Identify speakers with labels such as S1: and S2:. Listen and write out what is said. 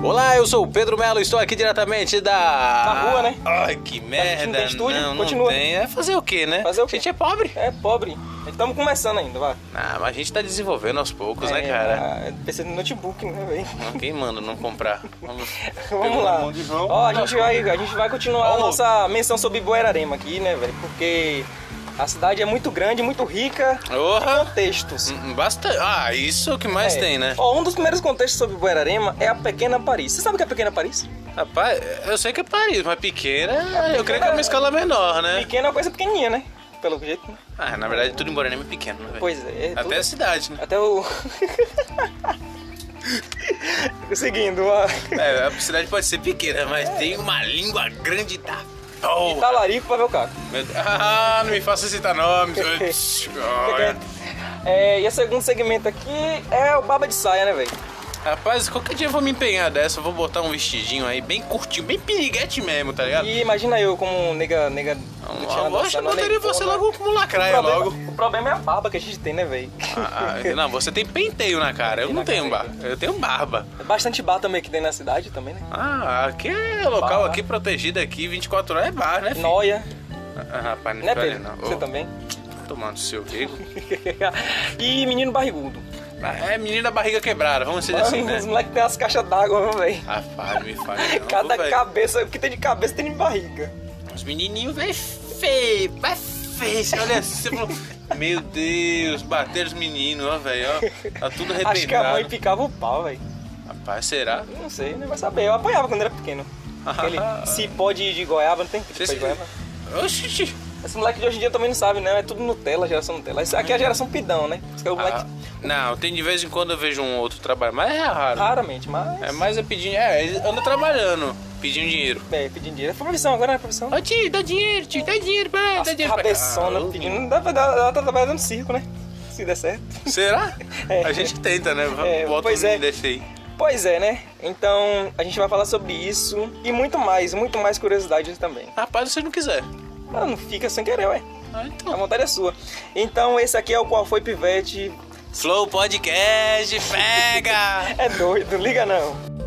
S1: Olá, eu sou o Pedro Melo, estou aqui diretamente da.
S2: Na rua, né?
S1: Ai, que merda.
S2: não tem estúdio,
S1: não,
S2: continua.
S1: Não tem. É fazer o quê, né?
S2: Fazer o quê?
S1: A gente é pobre.
S2: É pobre. Estamos começando ainda, vai.
S1: Ah, mas a gente tá desenvolvendo aos poucos, né,
S2: É,
S1: cara?
S2: ah, Pensei no notebook, né, velho?
S1: Quem manda não comprar? Vamos.
S2: Vamos lá.
S3: mão de João.
S2: Ó, a gente vai, a gente vai continuar a
S1: Ó.
S2: nossa menção sobre Boerarema aqui, né, velho? Porque a cidade é muito grande, muito rica
S1: Porra!
S2: em contextos.
S1: Basta. Ah, isso é o que mais
S2: É.
S1: tem, né?
S2: Ó, um dos primeiros contextos sobre Boerarema é a Pequena Paris. Você sabe o que é a Pequena Paris?
S1: Rapaz, eu sei que é Paris, mas pequena, eu creio que é uma
S2: é-
S1: escala menor, né?
S2: Pequena é uma coisa pequenininha, né? Pelo jeito, né?
S1: Ah, na verdade, tudo em Bornema é pequeno, né? velho?
S2: Pois é.
S1: Até
S2: tudo-
S1: a cidade, né?
S2: Até o... Seguindo, ó.
S1: É, a cidade pode ser pequena, mas tem uma língua grande da porra.
S2: Talarico pra ver o caco.
S1: Meu Deus. Ah, não me faça citar nomes. Olha.
S2: É, e o segundo segmento aqui é o Baba de Saia, né, velho?
S1: Rapaz, qualquer dia eu vou me empenhar dessa, eu vou botar um vestidinho aí bem curtinho, bem piriguete mesmo, tá ligado?
S2: E imagina eu como um nega. nega
S1: Não,
S2: não tinha nada
S1: eu acho que Ah, eu
S2: dançado,
S1: botaria
S2: nem
S1: você
S2: porra.
S1: logo como
S2: O
S1: lacraia
S2: problema,
S1: logo.
S2: o problema é a barba que a gente tem, né, velho?
S1: Ah, ah, não, você tem penteio na cara, eu
S2: Tem
S1: não
S2: na
S1: tenho
S2: cara,
S1: barba. Eu tenho barba.
S2: É Bastante bar também que tem na cidade também, né?
S1: Ah, aqui é local
S2: Barba.
S1: aqui protegido aqui, 24 horas é bar, né? filho?
S2: Noia,
S1: Ah, rapaz, não
S2: né,
S1: fale
S2: Pedro?
S1: não.
S2: Você
S1: Ô,
S2: também.
S1: Tomando seu rico.
S2: e menino barrigudo.
S1: Ah, É menino da barriga quebrada, vamos dizer
S2: Mano,
S1: assim, né?
S2: os moleques têm as caixas d'água, velho.
S1: Rapaz, me fala. não,
S2: Cada
S1: velho.
S2: cabeça, o que tem de cabeça tem de barriga.
S1: Os menininhos, velho, feio, mas feio. Você olha assim, você falou, meu Deus, bateram os meninos, ó, velho, ó. Tá tudo arrebentado.
S2: Acho que a mãe picava o pau, velho.
S1: Rapaz, será?
S2: Não sei, não vai saber. Eu apanhava quando era pequeno. Aquele cipó de, de goiaba, não tem cipó de
S1: Esse-
S2: goiaba?
S1: Oxi,
S2: Esse moleque de hoje em dia também não sabe, né? É tudo Nutella, geração Nutella. Isso aqui é a geração pidão, né? Isso que é o moleque
S1: ah, Não, tem de vez em quando eu vejo um outro trabalho, mas é raro.
S2: raramente, mas...
S1: É mais é pedindo, é, ele anda trabalhando, pedindo dinheiro.
S2: É, pedindo dinheiro. É profissão, agora é profissão.
S1: Ô tio, dá dinheiro, tio, dá dinheiro, pai, dá
S2: As
S1: dinheiro. pra-
S2: cabeçona
S1: Ah,
S2: pedindo. Dá pra dar, ela tá trabalhando no circo, né? Se der certo.
S1: Será?
S2: É.
S1: A gente tenta, né?
S2: É,
S1: Bota
S2: pois
S1: um
S2: é.
S1: desse aí.
S2: Pois é, né? Então, a gente vai falar sobre isso e muito mais, muito mais curiosidades também.
S1: Rapaz, se você não quiser.
S2: Ah, não fica sem querer, ué.
S1: Ah,
S2: A
S1: então.
S2: vontade é sua. Então, esse aqui é o Qual Foi Pivete.
S1: Flow Podcast, pega!
S2: É doido, liga não.